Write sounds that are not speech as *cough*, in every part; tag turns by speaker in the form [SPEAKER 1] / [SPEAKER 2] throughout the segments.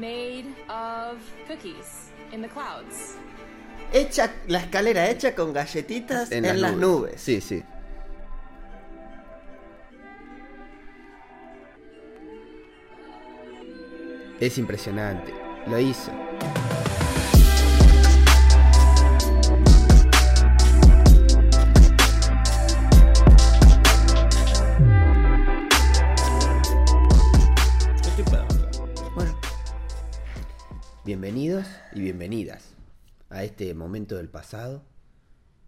[SPEAKER 1] made of cookies in the clouds.
[SPEAKER 2] Hecha, la escalera hecha con galletitas en, las, nubes.
[SPEAKER 3] Sí, sí. Es impresionante. Lo hizo. Bueno. Bienvenidos y bienvenidas a este momento del pasado.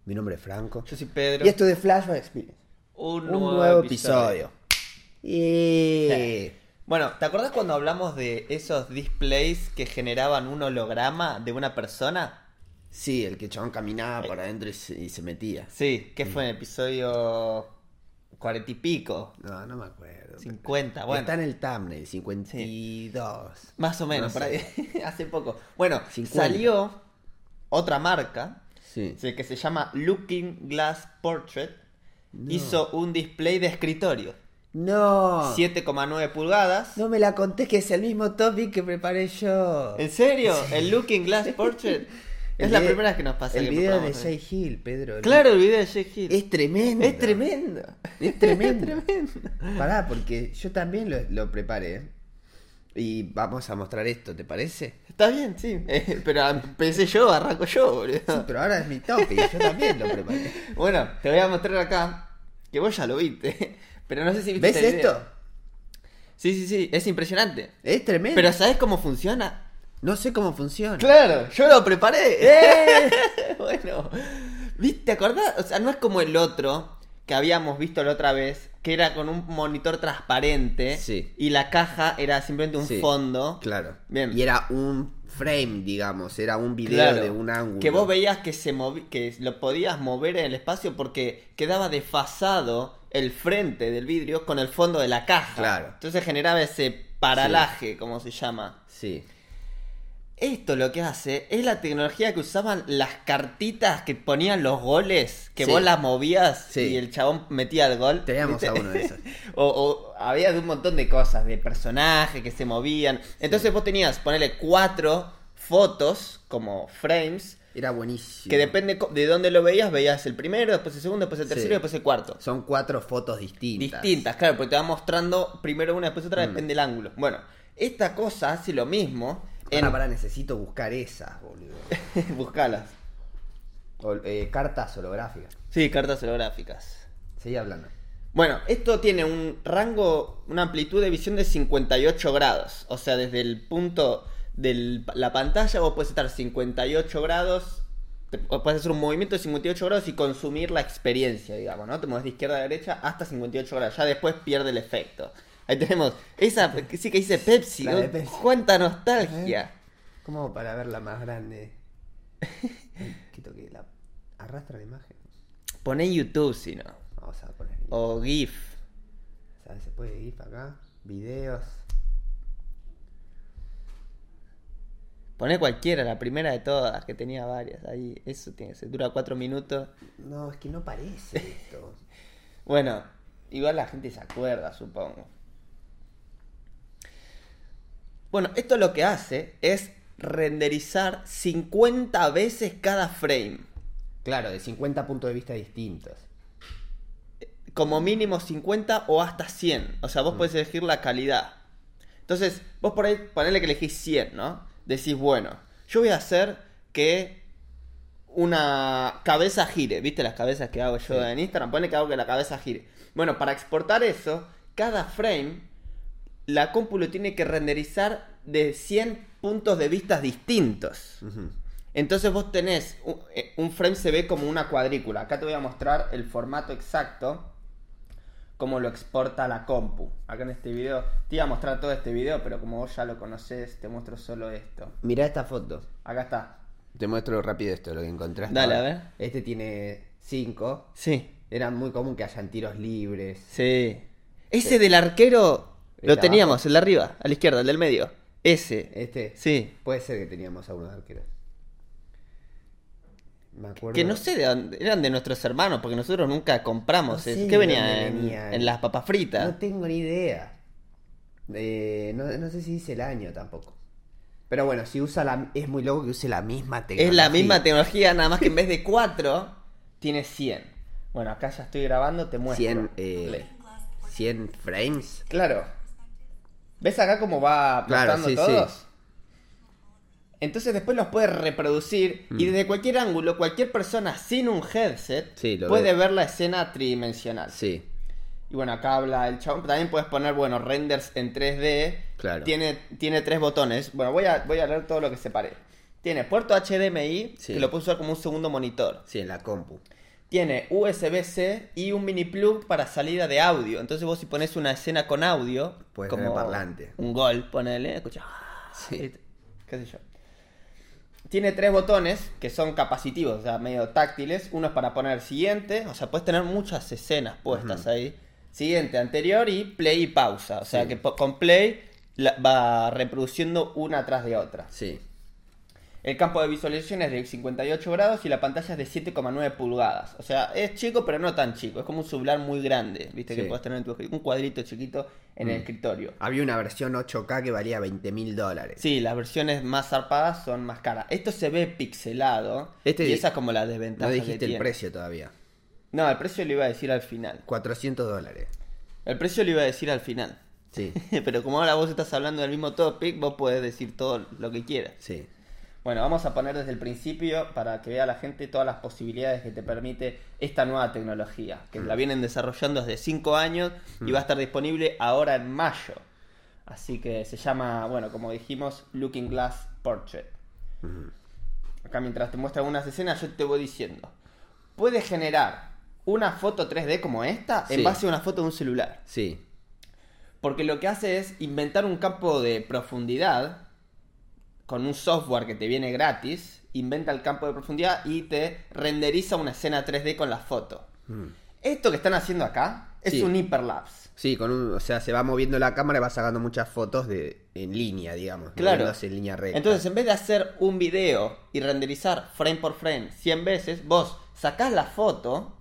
[SPEAKER 3] Mi nombre es Franco.
[SPEAKER 4] Yo soy Pedro.
[SPEAKER 3] Y esto de Flashback Experience.
[SPEAKER 4] un,
[SPEAKER 3] Un nuevo episodio.
[SPEAKER 4] Eh.
[SPEAKER 3] Y...
[SPEAKER 4] Bueno, ¿te acuerdas cuando hablamos de esos displays que generaban un holograma de una persona?
[SPEAKER 3] Sí, el que chabón caminaba por adentro y se, y se metía.
[SPEAKER 4] Eh. Sí, que fue en el episodio cuarenta y pico,
[SPEAKER 3] No, no me acuerdo.
[SPEAKER 4] 50, Ah, bueno,
[SPEAKER 3] Está en el thumbnail, 52.
[SPEAKER 4] más o menos,
[SPEAKER 3] no
[SPEAKER 4] por
[SPEAKER 3] sé.
[SPEAKER 4] ahí, *laughs* hace poco. Bueno,
[SPEAKER 3] 50.
[SPEAKER 4] salió otra marca
[SPEAKER 3] Sí.
[SPEAKER 4] sí, que se llama Looking Glass Portrait.
[SPEAKER 3] No.
[SPEAKER 4] Hizo un display de escritorio,
[SPEAKER 2] Ah.
[SPEAKER 3] No.
[SPEAKER 4] 7,9 pulgadas.
[SPEAKER 3] No me la contés que es el mismo topic que preparé yo.
[SPEAKER 4] ¿En serio? ¿El Looking Glass
[SPEAKER 3] *laughs*
[SPEAKER 4] Portrait?
[SPEAKER 3] El
[SPEAKER 4] es la
[SPEAKER 3] video-
[SPEAKER 4] primera vez que nos pasa.
[SPEAKER 3] El
[SPEAKER 4] que
[SPEAKER 3] video de
[SPEAKER 4] probamos, ¿eh?
[SPEAKER 3] Jay Hill, Pedro.
[SPEAKER 4] Claro, el video de Jake Hill.
[SPEAKER 3] Es tremendo.
[SPEAKER 4] Es tremendo.
[SPEAKER 3] Es
[SPEAKER 4] *laughs*
[SPEAKER 3] tremendo. Pará, porque yo también lo, lo preparé. Y vamos a mostrar esto, ¿te parece?
[SPEAKER 4] Está bien, sí. Eh, pero empecé yo, arranco yo,
[SPEAKER 3] Sí,
[SPEAKER 4] boludo.
[SPEAKER 3] pero ahora es mi topic. Yo también lo preparé.
[SPEAKER 4] Bueno, te voy a mostrar acá. Que vos ya lo viste. *laughs* Pero no sé si *laughs* viste.
[SPEAKER 3] ¿Ves
[SPEAKER 4] el video.
[SPEAKER 3] esto?
[SPEAKER 4] Sí, sí, sí. Es impresionante.
[SPEAKER 3] Es tremendo.
[SPEAKER 4] Pero ¿sabes cómo funciona?
[SPEAKER 3] no sé cómo funciona.
[SPEAKER 4] Claro, yo lo preparé.
[SPEAKER 3] Eh.
[SPEAKER 4] *laughs* bueno. ¿Viste? ¿Te acordás? O sea, no es como el otro que habíamos visto la otra vez, que era con un monitor transparente.
[SPEAKER 3] Sí.
[SPEAKER 4] Y la caja era simplemente un
[SPEAKER 3] Sí,
[SPEAKER 4] fondo.
[SPEAKER 3] Claro.
[SPEAKER 4] Bien.
[SPEAKER 3] Y era un frame, digamos. Era un video
[SPEAKER 4] Claro,
[SPEAKER 3] de un ángulo.
[SPEAKER 4] Que vos veías que se movi- que lo podías mover en el espacio porque quedaba desfasado el frente del vidrio con el fondo de la caja.
[SPEAKER 3] Claro.
[SPEAKER 4] Entonces generaba ese paralaje, como se llama.
[SPEAKER 3] Sí.
[SPEAKER 4] Esto lo que hace es la tecnología que usaban las cartitas que ponían los goles, que
[SPEAKER 3] Sí.
[SPEAKER 4] vos las movías
[SPEAKER 3] Sí.
[SPEAKER 4] y el chabón metía el gol.
[SPEAKER 3] Teníamos
[SPEAKER 4] ¿viste?
[SPEAKER 3] a
[SPEAKER 4] *laughs*
[SPEAKER 3] uno de *laughs* esos.
[SPEAKER 4] O, o había de un montón de cosas, de personajes que se movían. Entonces vos tenías, ponerle cuatro fotos como frames
[SPEAKER 3] Era buenísimo.
[SPEAKER 4] que depende co- de dónde lo veías, veías el primero, después el segundo, después el tercero
[SPEAKER 3] Sí.
[SPEAKER 4] y después el cuarto.
[SPEAKER 3] Son cuatro fotos distintas. Mm.
[SPEAKER 4] Distintas. claro, porque te va mostrando primero una, después otra, depende del ángulo. Bueno, esta cosa hace lo mismo en...
[SPEAKER 3] Ahora, pará, necesito buscar esas, *laughs* boludo.
[SPEAKER 4] *laughs* Buscalas.
[SPEAKER 3] Hol- eh, cartas holográficas.
[SPEAKER 4] Sí, cartas holográficas.
[SPEAKER 3] Seguí hablando.
[SPEAKER 4] Bueno, esto tiene un rango, una amplitud de visión de 58 grados. O sea, desde el punto de la pantalla vos puedes estar 58 grados, te- o puedes hacer un movimiento de 58 grados y consumir la experiencia, digamos, ¿no? Te mueves de izquierda a derecha hasta 58 grados, ya después pierde el efecto. Ahí tenemos esa, que sí que dice Pepsi,
[SPEAKER 3] La de
[SPEAKER 4] ¿no?
[SPEAKER 3] Pepsi.
[SPEAKER 4] cuánta nostalgia.
[SPEAKER 3] ¿Cómo para verla más *laughs* grande? Ay, Quito que la. Arrastra la imagen.
[SPEAKER 4] Poné YouTube si no,
[SPEAKER 3] Vamos a poner.
[SPEAKER 4] o GIF.
[SPEAKER 3] ¿Sabes? Se puede ir para acá. Videos.
[SPEAKER 4] Poné cualquiera, la primera de todas, que tenía varias. Ahí, eso tiene, se dura 4 minutos.
[SPEAKER 3] No, es que no parece esto.
[SPEAKER 4] Bueno, igual la gente se acuerda, supongo. Bueno, esto lo que hace es renderizar 50 veces cada frame.
[SPEAKER 3] *laughs* Claro, de 50 puntos de vista distintos.
[SPEAKER 4] Como mínimo 50 o hasta 100. O sea, vos podés elegir la calidad. Entonces, vos por ahí ponele que elegís 100, ¿no? Decís, bueno, yo voy a hacer que una cabeza gire. ¿Viste las cabezas que hago yo en Instagram? Pone que hago que la cabeza gire. Bueno, para exportar eso, cada frame, la compu lo tiene que renderizar de 100 puntos de vista distintos. Entonces vos tenés, un, eh, un frame se ve como una cuadrícula. Acá te voy a mostrar el formato exacto, cómo lo exporta la compu. Acá en este video, te iba a mostrar todo este video, pero como vos ya lo conocés, te muestro solo esto.
[SPEAKER 3] Mirá esta foto.
[SPEAKER 4] Acá está.
[SPEAKER 3] Te muestro rápido esto, lo que encontraste.
[SPEAKER 4] Dale, a ver.
[SPEAKER 3] Este tiene 5.
[SPEAKER 4] Sí,
[SPEAKER 3] Era muy común que hayan tiros libres.
[SPEAKER 4] sí. Ese del arquero
[SPEAKER 3] Está
[SPEAKER 4] lo
[SPEAKER 3] abajo.
[SPEAKER 4] teníamos, el de Eh, arriba, a la izquierda, el del medio. Ese.
[SPEAKER 3] Este.
[SPEAKER 4] Sí.
[SPEAKER 3] Puede ser que teníamos a unos arqueros. Me acuerdo.
[SPEAKER 4] Que no sé de dónde, eran de nuestros hermanos, porque nosotros nunca compramos.
[SPEAKER 3] No
[SPEAKER 4] eso.
[SPEAKER 3] sé
[SPEAKER 4] ¿Qué
[SPEAKER 3] de
[SPEAKER 4] venía
[SPEAKER 3] dónde
[SPEAKER 4] en,
[SPEAKER 3] venían.
[SPEAKER 4] en las papas fritas?
[SPEAKER 3] No tengo ni idea. Eh, no, no sé si dice el año tampoco. Pero bueno, si usa la... Es muy loco que use la misma tecnología.
[SPEAKER 4] Es la misma tecnología, nada más que en vez de 4, tiene 100. Bueno, acá ya estoy grabando, te muestro.
[SPEAKER 3] 100, eh,
[SPEAKER 4] Le-
[SPEAKER 3] 100 frames.
[SPEAKER 4] Claro. ¿Ves acá cómo va
[SPEAKER 3] Claro,
[SPEAKER 4] mostrando
[SPEAKER 3] sí,
[SPEAKER 4] todos?
[SPEAKER 3] sí.
[SPEAKER 4] Entonces después los puedes reproducir y
[SPEAKER 3] Mm.
[SPEAKER 4] desde cualquier ángulo, cualquier persona sin un headset
[SPEAKER 3] Sí, lo
[SPEAKER 4] puede
[SPEAKER 3] ve.
[SPEAKER 4] ver la escena tridimensional.
[SPEAKER 3] Sí.
[SPEAKER 4] Y bueno, acá habla el chabón. También puedes poner, bueno, renders en 3D.
[SPEAKER 3] Claro.
[SPEAKER 4] Tiene, tiene tres botones. Bueno, voy a, voy a leer todo lo que separé. Tiene puerto HDMI,
[SPEAKER 3] Sí.
[SPEAKER 4] que lo puedes usar como un segundo monitor.
[SPEAKER 3] Sí, en la compu.
[SPEAKER 4] Tiene USB-C y un mini plug para salida de audio. Entonces vos si pones una escena con audio,
[SPEAKER 3] Puedes tener parlante.
[SPEAKER 4] un gol, ponele, escucha,
[SPEAKER 3] Sí.
[SPEAKER 4] qué sé yo. Tiene tres botones que son capacitivos, o sea, medio táctiles. Uno es para poner siguiente, o sea, puedes tener muchas escenas puestas ahí. Siguiente, anterior y play y pausa. O sea, que po- con play la- va reproduciendo una tras de otra.
[SPEAKER 3] Sí.
[SPEAKER 4] El campo de visualización es de 58 grados y la pantalla es de 7,9 pulgadas. O sea, es chico, pero no tan chico. Es como un celular muy grande, ¿viste? Que
[SPEAKER 3] Sí. Mm.
[SPEAKER 4] puedes tener en tu escri- un cuadrito chiquito en el escritorio.
[SPEAKER 3] Había una versión 8K que valía 20 mil dólares.
[SPEAKER 4] Sí, las versiones más zarpadas son más caras. Esto se ve pixelado
[SPEAKER 3] Este-
[SPEAKER 4] y esa es como la desventaja.
[SPEAKER 3] No
[SPEAKER 4] que
[SPEAKER 3] dijiste el
[SPEAKER 4] tiene.
[SPEAKER 3] precio todavía.
[SPEAKER 4] No, el precio lo iba a decir al final.
[SPEAKER 3] 400 dólares.
[SPEAKER 4] El precio lo iba a decir al final. *laughs*
[SPEAKER 3] Sí,
[SPEAKER 4] Pero como ahora vos estás hablando del mismo topic, vos podés decir todo lo que quieras.
[SPEAKER 3] sí.
[SPEAKER 4] Bueno, vamos a poner desde el principio para que vea la gente todas las posibilidades que te permite esta nueva tecnología, que la vienen desarrollando desde 5 años y va a estar disponible ahora en mayo. Así que se llama, bueno, como dijimos, Looking Glass Portrait. Acá mientras te muestra algunas escenas, yo te voy diciendo. Puedes generar una foto 3D como esta en
[SPEAKER 3] Sí.
[SPEAKER 4] base a una foto de un celular.
[SPEAKER 3] Sí.
[SPEAKER 4] Porque lo que hace es inventar un campo de profundidad con un software que te viene gratis, inventa el campo de profundidad y te renderiza una escena 3D con la foto.
[SPEAKER 3] Mm.
[SPEAKER 4] Esto que están haciendo acá es
[SPEAKER 3] Sí.
[SPEAKER 4] un hyperlapse.
[SPEAKER 3] Sí, con un, o sea, se va moviendo la cámara y va sacando muchas fotos de en línea, digamos.
[SPEAKER 4] Claro.
[SPEAKER 3] moviéndose en línea recta.
[SPEAKER 4] Entonces, eh, en vez de hacer un video y renderizar frame por frame 100 veces, vos sacás la foto,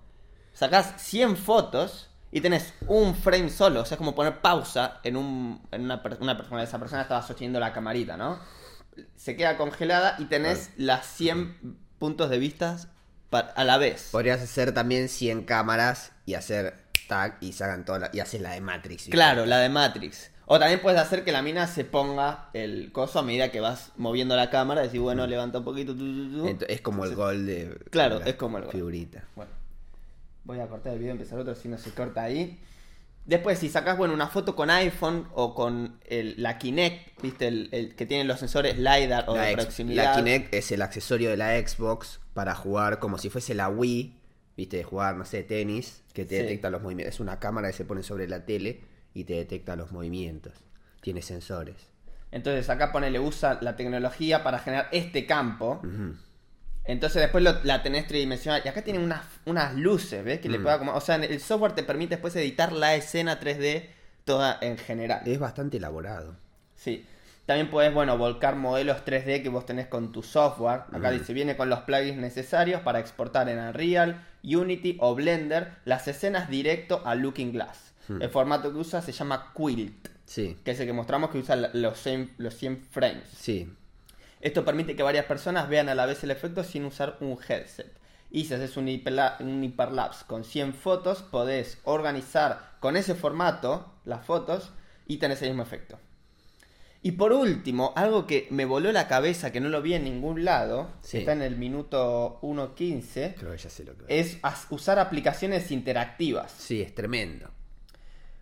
[SPEAKER 4] sacás 100 fotos y tenés un frame solo. O sea, es como poner pausa en, un, en una, per- una persona. Esa persona estaba sosteniendo la camarita, ¿no? Se queda congelada y tenés las 100 puntos de vista pa- a la vez.
[SPEAKER 3] Podrías hacer también 100 cámaras y hacer tag y sacan toda la, y haces la de Matrix. ¿viste?
[SPEAKER 4] Claro, la de Matrix. O también puedes hacer que la mina se ponga el coso a medida que vas moviendo la cámara. Decís, bueno, levanta un poquito. tu, tu, tu.
[SPEAKER 3] Ento- es como el gol de
[SPEAKER 4] Claro,
[SPEAKER 3] de la
[SPEAKER 4] es como el gol.
[SPEAKER 3] figurita.
[SPEAKER 4] Bueno, voy a cortar el video y empezar otro si no se corta ahí. Después, si sacas bueno, una foto con iPhone o con el- la Kinect, ¿viste? El, el que tiene los sensores LiDAR o
[SPEAKER 3] La,
[SPEAKER 4] de
[SPEAKER 3] ex-
[SPEAKER 4] proximidad.
[SPEAKER 3] la Kinect es el accesorio de la Xbox para jugar como si fuese la Wii, viste, de jugar, no sé, tenis, que te
[SPEAKER 4] Sí.
[SPEAKER 3] detecta los movimientos. Es una cámara que se pone sobre la tele y te detecta los movimientos. Tiene sensores.
[SPEAKER 4] Entonces, acá ponele, usa la tecnología para generar este campo.
[SPEAKER 3] Mm.
[SPEAKER 4] Entonces, después lo- la tenés tridimensional. Y acá tiene unas, unas luces, ¿ves?
[SPEAKER 3] Mm.
[SPEAKER 4] Que le puede acomodar. O sea, el software te permite después editar la escena 3D toda en general.
[SPEAKER 3] Es bastante elaborado.
[SPEAKER 4] Sí. También podés, bueno, volcar modelos 3D que vos tenés con tu software. Acá dice, viene con los plugins necesarios para exportar en Unreal, Unity o Blender las escenas directo a Looking Glass. El formato que usa se llama Quilt,
[SPEAKER 3] Sí,
[SPEAKER 4] que es el que mostramos que usa la- los 100, los 100 frames.
[SPEAKER 3] sí.
[SPEAKER 4] Esto permite que varias personas vean a la vez el efecto sin usar un headset. Y si haces un, hiperla- un hiperlapse con 100 fotos, podés organizar con ese formato las fotos y tenés el mismo efecto. Y por último, algo que me voló la cabeza, que no lo vi en ningún lado,
[SPEAKER 3] Sí.
[SPEAKER 4] está en el minuto 1.15,
[SPEAKER 3] Creo que ya sé lo que va.
[SPEAKER 4] es as- usar aplicaciones interactivas.
[SPEAKER 3] Sí, es tremendo.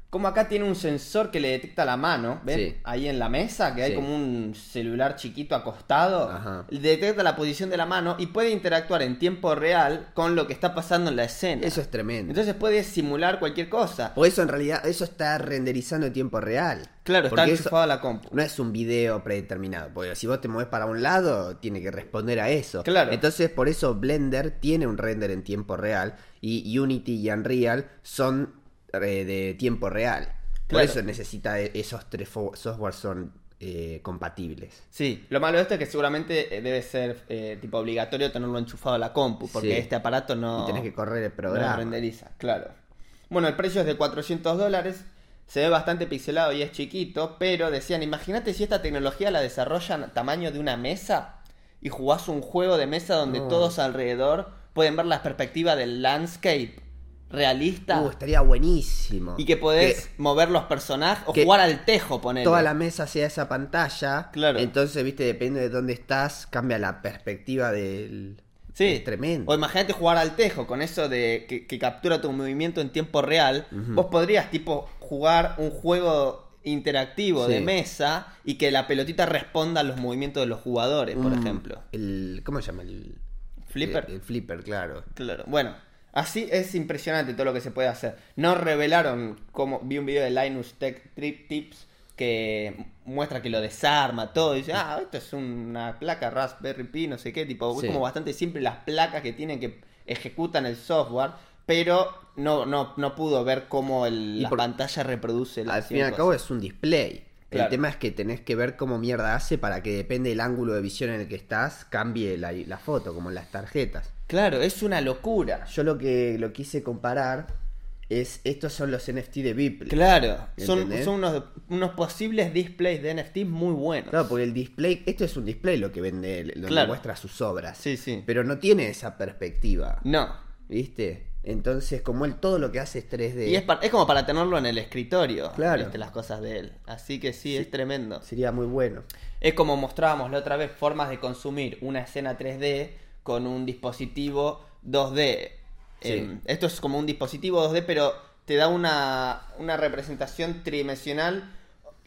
[SPEAKER 4] Como acá tiene un sensor que le detecta la mano, ¿ven?
[SPEAKER 3] Sí.
[SPEAKER 4] Ahí en la mesa, que hay
[SPEAKER 3] Sí.
[SPEAKER 4] como un celular chiquito acostado.
[SPEAKER 3] Ajá.
[SPEAKER 4] Le detecta la posición de la mano y puede interactuar en tiempo real con lo que está pasando en la escena.
[SPEAKER 3] Eso es tremendo.
[SPEAKER 4] Entonces puede simular cualquier cosa.
[SPEAKER 3] o eso en realidad, eso está renderizando en tiempo real.
[SPEAKER 4] Claro, está
[SPEAKER 3] Porque eso
[SPEAKER 4] enchufado a la compu.
[SPEAKER 3] No es un video predeterminado, porque si vos te mueves para un lado, tiene que responder a eso.
[SPEAKER 4] Claro.
[SPEAKER 3] Entonces, por eso Blender tiene un render en tiempo real y Unity y Unreal son eh, de tiempo real. Por
[SPEAKER 4] Claro.
[SPEAKER 3] eso necesita e- esos tres fo- software son eh, compatibles.
[SPEAKER 4] Sí, lo malo de esto es que seguramente eh, debe ser eh, tipo obligatorio tenerlo enchufado a la compu, porque
[SPEAKER 3] Sí.
[SPEAKER 4] este aparato no...
[SPEAKER 3] y tenés que correr el
[SPEAKER 4] No
[SPEAKER 3] programa.
[SPEAKER 4] renderiza, claro. Bueno, el precio es de 400 dólares. Se ve bastante pixelado y es chiquito, pero decían, imagínate si esta tecnología la desarrollan a tamaño de una mesa y jugás un juego de mesa donde
[SPEAKER 3] No.
[SPEAKER 4] todos alrededor pueden ver las perspectivas del landscape realista
[SPEAKER 3] Uh, estaría buenísimo.
[SPEAKER 4] y que podés mover los personajes o
[SPEAKER 3] que-
[SPEAKER 4] jugar al tejo,
[SPEAKER 3] Que
[SPEAKER 4] ponele.
[SPEAKER 3] toda la mesa sea esa pantalla.
[SPEAKER 4] Claro.
[SPEAKER 3] Entonces, viste, depende de dónde estás, cambia la perspectiva del.
[SPEAKER 4] Sí.
[SPEAKER 3] Es tremendo.
[SPEAKER 4] O imagínate jugar al tejo con eso de que, que captura tu movimiento en tiempo real. Vos podrías, tipo, jugar un juego interactivo
[SPEAKER 3] Sí.
[SPEAKER 4] de mesa y que la pelotita responda a los movimientos de los jugadores, por
[SPEAKER 3] Un-
[SPEAKER 4] ejemplo.
[SPEAKER 3] El, ¿Cómo se llama? El
[SPEAKER 4] Flipper.
[SPEAKER 3] El, el flipper, claro.
[SPEAKER 4] Claro. Bueno, así es impresionante todo lo que se puede hacer. No revelaron, como vi un video de Linus Tech Trip Tips que muestra que lo desarma todo. Y dice, ah, esto es una placa Raspberry Pi, no sé qué. Tipo,
[SPEAKER 3] Sí.
[SPEAKER 4] es como bastante simple las placas que tienen que ejecutan el software, pero no, no, no pudo ver cómo el,
[SPEAKER 3] Y
[SPEAKER 4] la
[SPEAKER 3] por-
[SPEAKER 4] pantalla reproduce la
[SPEAKER 3] Al fin y al cabo es un display. El
[SPEAKER 4] Claro.
[SPEAKER 3] tema es que tenés que ver cómo mierda hace para que depende del ángulo de visión en el que estás, cambie la, la foto, como en las tarjetas.
[SPEAKER 4] Claro, es una locura.
[SPEAKER 3] Yo lo que lo quise comparar es, estos son los NFT de Beeple.
[SPEAKER 4] Claro, son,
[SPEAKER 3] ¿Entendés?
[SPEAKER 4] son unos, unos posibles displays de NFT muy buenos.
[SPEAKER 3] Claro, porque el display, esto es un display lo que vende, él, donde
[SPEAKER 4] Claro.
[SPEAKER 3] muestra sus obras.
[SPEAKER 4] Sí, Mm. sí.
[SPEAKER 3] Pero no tiene esa perspectiva,
[SPEAKER 4] No,
[SPEAKER 3] ¿viste? Entonces, como él todo lo que hace es 3D,
[SPEAKER 4] Y es, pa- es como para tenerlo en el escritorio,
[SPEAKER 3] Claro.
[SPEAKER 4] ¿viste? las cosas de él. Así que sí, es tremendo.
[SPEAKER 3] sería muy bueno.
[SPEAKER 4] Es como mostrábamos la otra vez, formas de consumir una escena 3D con un dispositivo 2D.
[SPEAKER 3] Sí.
[SPEAKER 4] Eh, esto es como un dispositivo 2D, pero te da una, una representación tridimensional.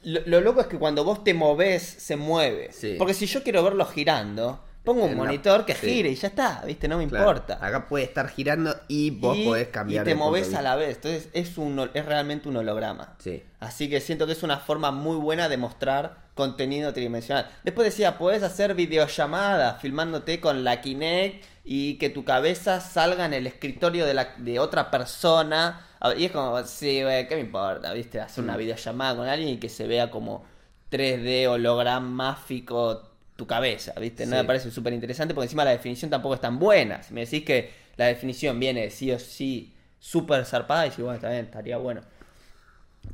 [SPEAKER 4] Lo, lo loco es que cuando vos te moves, se mueve.
[SPEAKER 3] Sí.
[SPEAKER 4] Porque si yo quiero verlo girando, pongo un
[SPEAKER 3] Eh, no.
[SPEAKER 4] monitor que
[SPEAKER 3] Sí.
[SPEAKER 4] gire y ya está, ¿viste? No me
[SPEAKER 3] Claro,
[SPEAKER 4] importa
[SPEAKER 3] Acá puede estar girando y vos podés cambiar.
[SPEAKER 4] y te
[SPEAKER 3] el punto de
[SPEAKER 4] moves a
[SPEAKER 3] vista.
[SPEAKER 4] la vez. Entonces es, un, hol- es realmente un holograma.
[SPEAKER 3] Sí.
[SPEAKER 4] Así que siento que es una forma muy buena de mostrar contenido tridimensional. Después decía, podés hacer videollamadas filmándote con la Kinect y que tu cabeza salga en el escritorio de, la, de otra persona. A- Y es como, sí, güey, ¿qué me importa? ¿Viste? Hacer una videollamada con alguien y que se vea como 3D hologramáfico tu cabeza, ¿viste? No
[SPEAKER 3] Sí.
[SPEAKER 4] me parece súper interesante porque encima la definición tampoco es tan buena. Si me decís que la definición viene sí o sí súper zarpada, y si bueno, está bien, estaría bueno.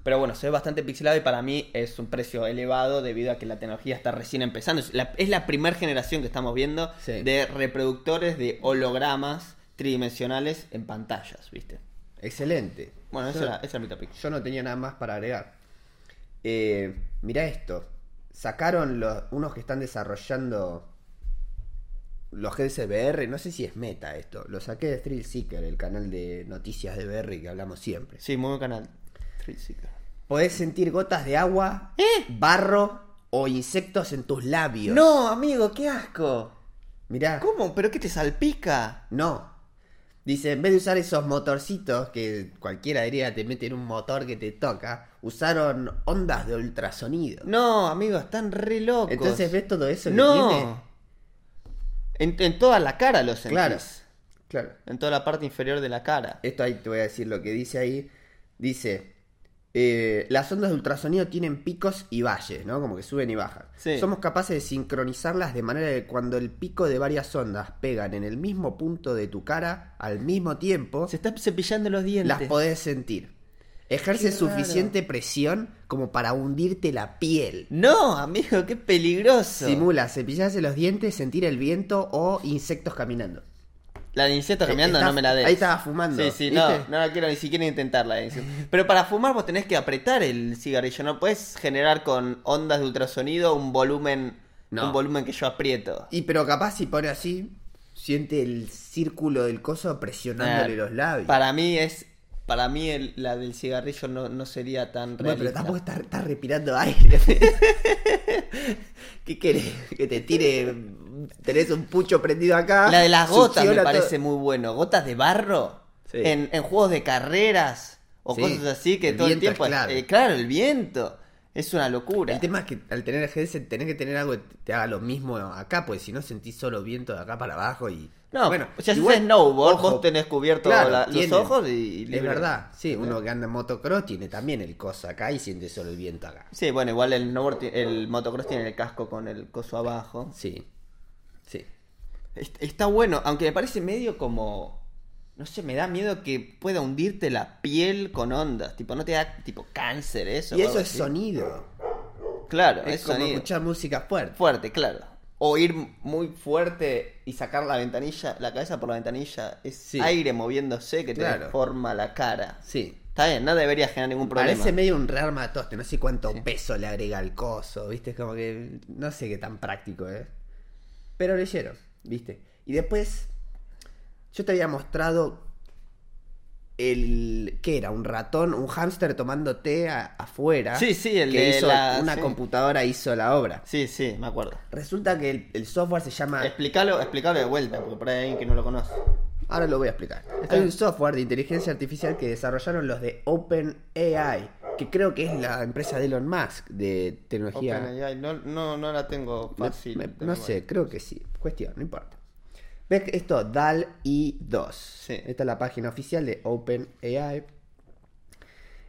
[SPEAKER 4] Pero bueno, se ve bastante pixelado y para mí es un precio elevado debido a que la tecnología está recién empezando. Es la, es la primera generación que estamos viendo
[SPEAKER 3] Sí.
[SPEAKER 4] de reproductores de hologramas tridimensionales en pantallas, ¿viste?
[SPEAKER 3] Excelente.
[SPEAKER 4] Bueno,
[SPEAKER 3] Yo-
[SPEAKER 4] esa era, esa era mi topic.
[SPEAKER 3] Yo no tenía nada más para agregar. Eh, mirá esto. Sacaron los, unos que están desarrollando los GSBR. No sé si es meta esto. Lo saqué de Thrill Seeker, el canal de noticias de BR que hablamos siempre.
[SPEAKER 4] Sí, muy buen canal. Thrill Seeker.
[SPEAKER 3] Podés sentir gotas de agua, barro o insectos en tus labios.
[SPEAKER 4] No, amigo, qué asco.
[SPEAKER 3] Mirá.
[SPEAKER 4] ¿Cómo? ¿Pero qué te salpica?
[SPEAKER 3] No. Dice, en vez de usar esos motorcitos que cualquiera diría te meten un motor que te toca, usaron ondas de ultrasonido.
[SPEAKER 4] No, amigo, están re locos.
[SPEAKER 3] Entonces ves todo eso que tiene.
[SPEAKER 4] No. En, en toda la cara lo sentís.
[SPEAKER 3] Claro. Claro.
[SPEAKER 4] En toda la parte inferior de la cara.
[SPEAKER 3] Esto ahí te voy a decir lo que dice ahí. Dice, eh, las ondas de ultrasonido tienen picos y valles, ¿no? Como que suben y bajan.
[SPEAKER 4] Sí.
[SPEAKER 3] Somos capaces de sincronizarlas de manera que cuando el pico de varias ondas pegan en el mismo punto de tu cara al mismo tiempo,
[SPEAKER 4] Se está cepillando los dientes.
[SPEAKER 3] las podés sentir. Ejerce
[SPEAKER 4] Qué raro.
[SPEAKER 3] suficiente presión como para hundirte la piel.
[SPEAKER 4] No, amigo, qué peligroso.
[SPEAKER 3] Simula cepillarse los dientes, sentir el viento o insectos caminando.
[SPEAKER 4] la de insectos caminando
[SPEAKER 3] Está-
[SPEAKER 4] no me la des.
[SPEAKER 3] Eh, ahí estaba fumando,
[SPEAKER 4] Sí, sí,
[SPEAKER 3] ¿viste?
[SPEAKER 4] no, no la quiero ni siquiera intentar la de insectos. Pero para fumar vos tenés que apretar el cigarrillo, no puedes generar con ondas de ultrasonido un volumen
[SPEAKER 3] No.
[SPEAKER 4] un volumen que yo aprieto.
[SPEAKER 3] Y pero capaz si pone así, siente el círculo del coso presionándole
[SPEAKER 4] Ah,
[SPEAKER 3] los labios.
[SPEAKER 4] Para mí es para mí el- la del cigarrillo no, no sería tan
[SPEAKER 3] Bueno, pero
[SPEAKER 4] realista.
[SPEAKER 3] tampoco está, está respirando aire. *laughs* ¿Qué querés? Que te tire. Tenés un pucho prendido acá.
[SPEAKER 4] La de las gotas me
[SPEAKER 3] Ah, succiona
[SPEAKER 4] parece
[SPEAKER 3] todo.
[SPEAKER 4] muy bueno. Gotas de barro
[SPEAKER 3] Sí.
[SPEAKER 4] en, en juegos de carreras o
[SPEAKER 3] Sí,
[SPEAKER 4] cosas así que
[SPEAKER 3] el
[SPEAKER 4] todo el
[SPEAKER 3] viento es
[SPEAKER 4] tiempo. eh, Claro.
[SPEAKER 3] clave.
[SPEAKER 4] el viento. Es una locura.
[SPEAKER 3] El tema es que al tener GDS tenés que tener algo que te haga lo mismo acá, porque si no sentís solo viento de acá para abajo y.
[SPEAKER 4] No,
[SPEAKER 3] bueno,
[SPEAKER 4] si haces
[SPEAKER 3] igual,
[SPEAKER 4] snowboard,
[SPEAKER 3] ojo,
[SPEAKER 4] vos tenés cubierto
[SPEAKER 3] claro,
[SPEAKER 4] la- los
[SPEAKER 3] tienen.
[SPEAKER 4] ojos y, y
[SPEAKER 3] Es
[SPEAKER 4] libre.
[SPEAKER 3] verdad, sí, uno que anda en motocross tiene también el coso acá y siente solo el viento acá.
[SPEAKER 4] Sí, bueno, igual el snowboard, ti- el motocross tiene el casco con el coso abajo.
[SPEAKER 3] Sí, sí.
[SPEAKER 4] Est- Está bueno, aunque me parece medio como No sé, me da miedo que pueda hundirte la piel con ondas. Tipo, no te da tipo cáncer eso.
[SPEAKER 3] Y
[SPEAKER 4] o algo
[SPEAKER 3] eso es
[SPEAKER 4] así?
[SPEAKER 3] sonido.
[SPEAKER 4] Claro,
[SPEAKER 3] Es,
[SPEAKER 4] es,
[SPEAKER 3] como
[SPEAKER 4] sonido.
[SPEAKER 3] escuchar música fuerte.
[SPEAKER 4] Fuerte, claro. O ir muy fuerte y sacar la ventanilla, la cabeza por la ventanilla. Es
[SPEAKER 3] Sí.
[SPEAKER 4] aire moviéndose que te
[SPEAKER 3] Claro.
[SPEAKER 4] deforma la cara.
[SPEAKER 3] Sí.
[SPEAKER 4] Está bien, no debería generar ningún problema.
[SPEAKER 3] Parece medio un real matoste, no sé cuánto peso le agrega al coso, ¿viste? Es como que no sé qué tan práctico es. Pero lo hicieron, ¿viste? Y después yo te había mostrado el ¿qué era? Un ratón, un hámster tomando té a- afuera.
[SPEAKER 4] Sí, sí, el
[SPEAKER 3] que
[SPEAKER 4] de
[SPEAKER 3] hizo
[SPEAKER 4] la-
[SPEAKER 3] una
[SPEAKER 4] sí.
[SPEAKER 3] computadora hizo la obra.
[SPEAKER 4] Sí, sí, me acuerdo.
[SPEAKER 3] Resulta que el, el software se llama
[SPEAKER 4] Explícalo, explícalo de vuelta, porque por ahí hay alguien que no lo conoce.
[SPEAKER 3] Ahora lo voy a explicar. Hay un software de inteligencia artificial que desarrollaron los de OpenAI, que creo que es la empresa de Elon Musk de tecnología.
[SPEAKER 4] OpenAI, no, no, no la tengo
[SPEAKER 3] Me-
[SPEAKER 4] fácil.
[SPEAKER 3] me-
[SPEAKER 4] de
[SPEAKER 3] no
[SPEAKER 4] memoria.
[SPEAKER 3] sé, creo que sí. Cuestión, no importa. ¿Ves que esto? DAL I2.
[SPEAKER 4] Sí.
[SPEAKER 3] Esta es la página oficial de OpenAI.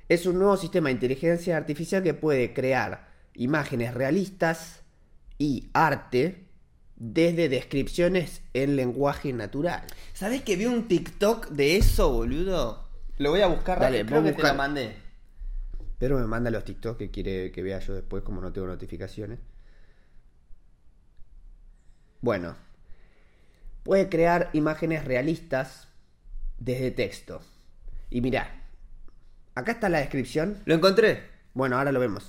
[SPEAKER 3] Es un nuevo sistema de inteligencia artificial que puede crear imágenes realistas y arte desde descripciones en lenguaje natural.
[SPEAKER 4] ¿Sabés que vi un TikTok de eso, boludo? Lo voy a buscar
[SPEAKER 3] Dale,
[SPEAKER 4] rápido. Creo
[SPEAKER 3] vos
[SPEAKER 4] que te
[SPEAKER 3] buscalo.
[SPEAKER 4] lo mandé.
[SPEAKER 3] Pero me manda los TikTok que quiere que vea yo después, como no tengo notificaciones. Bueno, puede crear imágenes realistas desde texto. Y mirá, acá está la descripción.
[SPEAKER 4] Lo encontré.
[SPEAKER 3] Bueno, ahora lo vemos.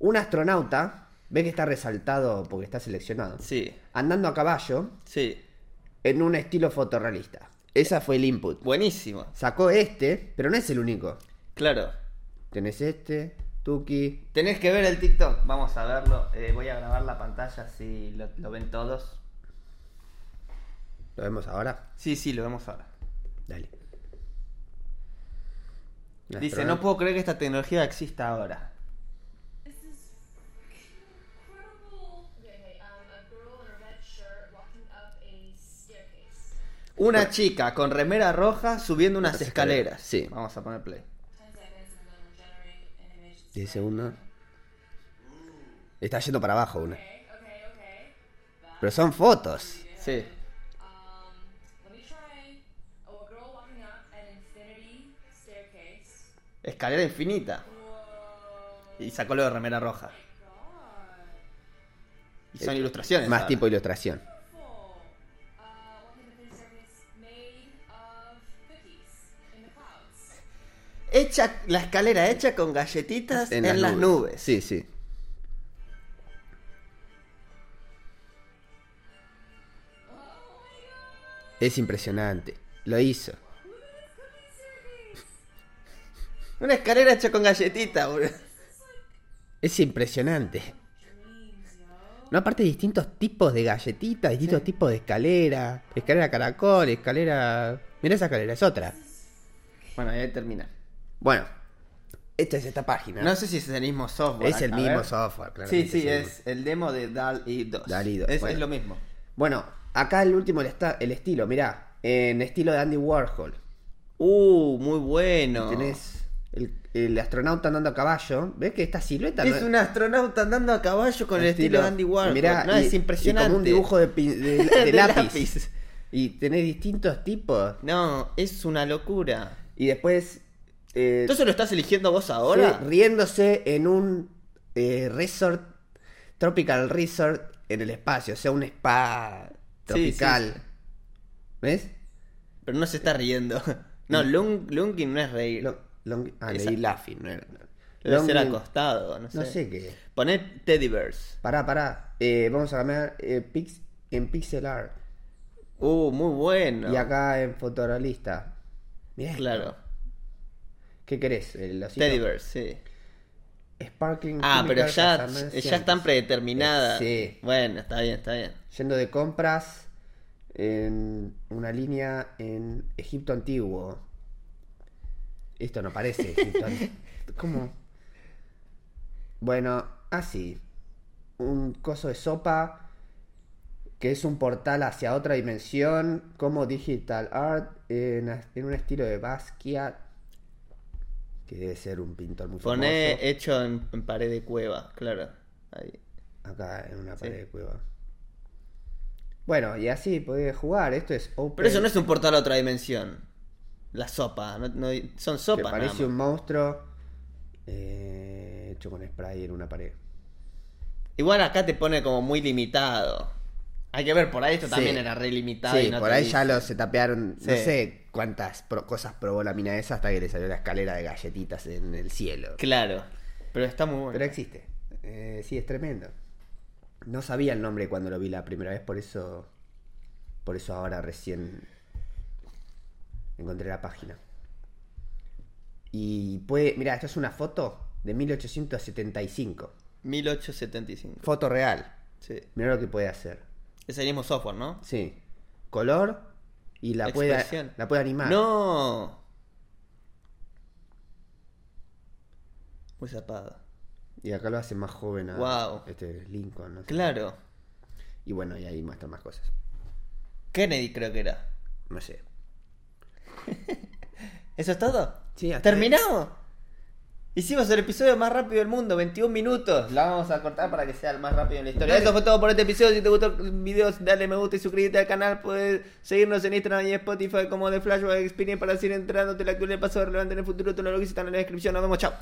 [SPEAKER 3] Un astronauta, ve que está resaltado porque está seleccionado,
[SPEAKER 4] Sí,
[SPEAKER 3] andando a caballo
[SPEAKER 4] sí.
[SPEAKER 3] en un estilo fotorrealista. Esa fue el input.
[SPEAKER 4] Buenísimo.
[SPEAKER 3] Sacó este, pero no es el único.
[SPEAKER 4] Claro.
[SPEAKER 3] Tenés este, Tuki,
[SPEAKER 4] Tenés que ver el TikTok. Vamos a verlo. Eh, voy a grabar la pantalla si lo, lo ven todos.
[SPEAKER 3] lo vemos ahora.
[SPEAKER 4] Sí, sí, lo vemos ahora.
[SPEAKER 3] Dale.
[SPEAKER 4] Dice, no puedo creer que esta tecnología exista ahora. Una chica con remera roja subiendo unas
[SPEAKER 3] Unas
[SPEAKER 4] escaleras.
[SPEAKER 3] escaleras, sí.
[SPEAKER 4] Vamos a poner play.
[SPEAKER 3] De segundo. Está yendo para abajo una. Pero son fotos.
[SPEAKER 4] Sí. Escalera infinita. Y sacó lo de remera roja. Y son ilustraciones.
[SPEAKER 3] Eh, Más
[SPEAKER 4] ahora.
[SPEAKER 3] tipo ilustración.
[SPEAKER 2] Hecha, la escalera hecha con galletitas en, las nubes.
[SPEAKER 3] Sí, sí. Es impresionante. Lo hizo.
[SPEAKER 4] Una escalera hecha con galletita, boludo.
[SPEAKER 3] Es impresionante. No, aparte distintos tipos de galletitas, distintos tipos de escalera. Escalera caracol, escalera... Mira esa escalera, es otra.
[SPEAKER 4] Bueno, ahí termina.
[SPEAKER 3] Bueno, esta es esta página.
[SPEAKER 4] No sé si es el mismo software.
[SPEAKER 3] es el
[SPEAKER 4] a
[SPEAKER 3] mismo
[SPEAKER 4] ver.
[SPEAKER 3] software, claro.
[SPEAKER 4] Sí, sí, es el demo de DALL-E 2.
[SPEAKER 3] DALL-E 2,
[SPEAKER 4] Es,
[SPEAKER 3] bueno.
[SPEAKER 4] es lo mismo.
[SPEAKER 3] Bueno, acá el último el, esta- el estilo, mirá. En estilo de Andy Warhol.
[SPEAKER 4] Uh, muy bueno.
[SPEAKER 3] Tenés el, el astronauta andando a caballo. ¿Ves que esta silueta no
[SPEAKER 4] Es un astronauta andando a caballo con el estilo de Andy Warhol.
[SPEAKER 3] Mirá,
[SPEAKER 4] no,
[SPEAKER 3] y-
[SPEAKER 4] es impresionante.
[SPEAKER 3] y como un dibujo de,
[SPEAKER 4] *laughs*
[SPEAKER 3] pi- de- de
[SPEAKER 4] De
[SPEAKER 3] lápiz.
[SPEAKER 4] lápiz.
[SPEAKER 3] Y tenés distintos tipos.
[SPEAKER 4] No, es una locura.
[SPEAKER 3] Y después... eh,
[SPEAKER 4] ¿Entonces lo estás eligiendo vos ahora?
[SPEAKER 3] Sí, riéndose en un eh, resort, tropical resort en el espacio, o sea, un spa tropical.
[SPEAKER 4] sí.
[SPEAKER 3] ¿Ves?
[SPEAKER 4] Pero no se está
[SPEAKER 3] *laughs*
[SPEAKER 4] riendo. No, Lung, Lungin no es reír.
[SPEAKER 3] Mm. Lo- long- ah,
[SPEAKER 4] Esa-
[SPEAKER 3] leí laughing. No, era- no.
[SPEAKER 4] Debe ser
[SPEAKER 3] Long-
[SPEAKER 4] acostado, no sé.
[SPEAKER 3] No sé qué.
[SPEAKER 4] Poner Teddy Bears.
[SPEAKER 3] Pará, pará. Eh, vamos a cambiar eh, pix- en pixel art.
[SPEAKER 4] Uh, muy bueno.
[SPEAKER 3] Y acá en fotorrealista. Mirá esto.
[SPEAKER 4] Claro.
[SPEAKER 3] ¿Qué querés? El osito?
[SPEAKER 4] Teddy Bears, sí.
[SPEAKER 3] Sparkling.
[SPEAKER 4] Ah, pero
[SPEAKER 3] chemical
[SPEAKER 4] ya,
[SPEAKER 3] resonance
[SPEAKER 4] ya están predeterminadas.
[SPEAKER 3] Eh, Sí.
[SPEAKER 4] Bueno, está bien, está bien.
[SPEAKER 3] yendo de compras en una línea en Egipto antiguo. Esto no parece Egipto antiguo. ¿Cómo? Bueno, así. Un coso de sopa que es un portal hacia otra dimensión, como digital art, en, as- en un estilo de Basquiat, que debe ser un pintor muy
[SPEAKER 4] Poné
[SPEAKER 3] famoso.
[SPEAKER 4] hecho en, en pared de cueva, claro. Ahí.
[SPEAKER 3] Acá en una pared de cueva. Bueno, y así podés jugar. Esto es Open.
[SPEAKER 4] Pero eso no es un portal a otra dimensión. La sopa, no- no- son
[SPEAKER 3] Que
[SPEAKER 4] sopas. nada
[SPEAKER 3] parece
[SPEAKER 4] más.
[SPEAKER 3] un monstruo eh, hecho con spray en una pared.
[SPEAKER 4] Igual acá te pone como muy limitado. Hay que ver, por ahí esto
[SPEAKER 3] Sí.
[SPEAKER 4] también era re limitado.
[SPEAKER 3] sí,
[SPEAKER 4] y no
[SPEAKER 3] por
[SPEAKER 4] te
[SPEAKER 3] ahí
[SPEAKER 4] dice.
[SPEAKER 3] ya lo se tapearon. No
[SPEAKER 4] Sí.
[SPEAKER 3] sé cuántas pro- cosas probó la mina esa hasta que le salió la escalera de galletitas en el cielo.
[SPEAKER 4] Claro, pero está muy bueno.
[SPEAKER 3] Pero existe. Eh, sí, es tremendo. No sabía el nombre cuando lo vi la primera vez, por eso. Por eso ahora recién encontré la página. Y puede. Mira, esto es una foto de 1875.
[SPEAKER 4] 1875.
[SPEAKER 3] Foto real.
[SPEAKER 4] Sí.
[SPEAKER 3] Mira lo que puede hacer.
[SPEAKER 4] Es el mismo software, ¿no?
[SPEAKER 3] Sí. Color y la puede,
[SPEAKER 4] Expresión.
[SPEAKER 3] la puede animar.
[SPEAKER 4] No. Muy zapada.
[SPEAKER 3] Y acá lo hace más joven a
[SPEAKER 4] Guau.
[SPEAKER 3] este Lincoln. no sé.
[SPEAKER 4] Claro.
[SPEAKER 3] Y bueno, y ahí muestra más cosas.
[SPEAKER 4] Kennedy creo que era.
[SPEAKER 3] No sé.
[SPEAKER 4] ¿Eso es todo?
[SPEAKER 3] Sí, hasta
[SPEAKER 4] ¿Terminamos? Hicimos el episodio más rápido del mundo, 21 minutos. La vamos a cortar para que sea el más rápido en la historia.
[SPEAKER 3] Dale.
[SPEAKER 4] Eso fue todo por este episodio. Si te gustó el video, dale me gusta y suscríbete al canal. Puedes seguirnos en Instagram y Spotify como The Flashback Experience para seguir entrándote la actualidad del pasado relevante en el futuro. Todo lo que está en la descripción. Nos vemos, chao.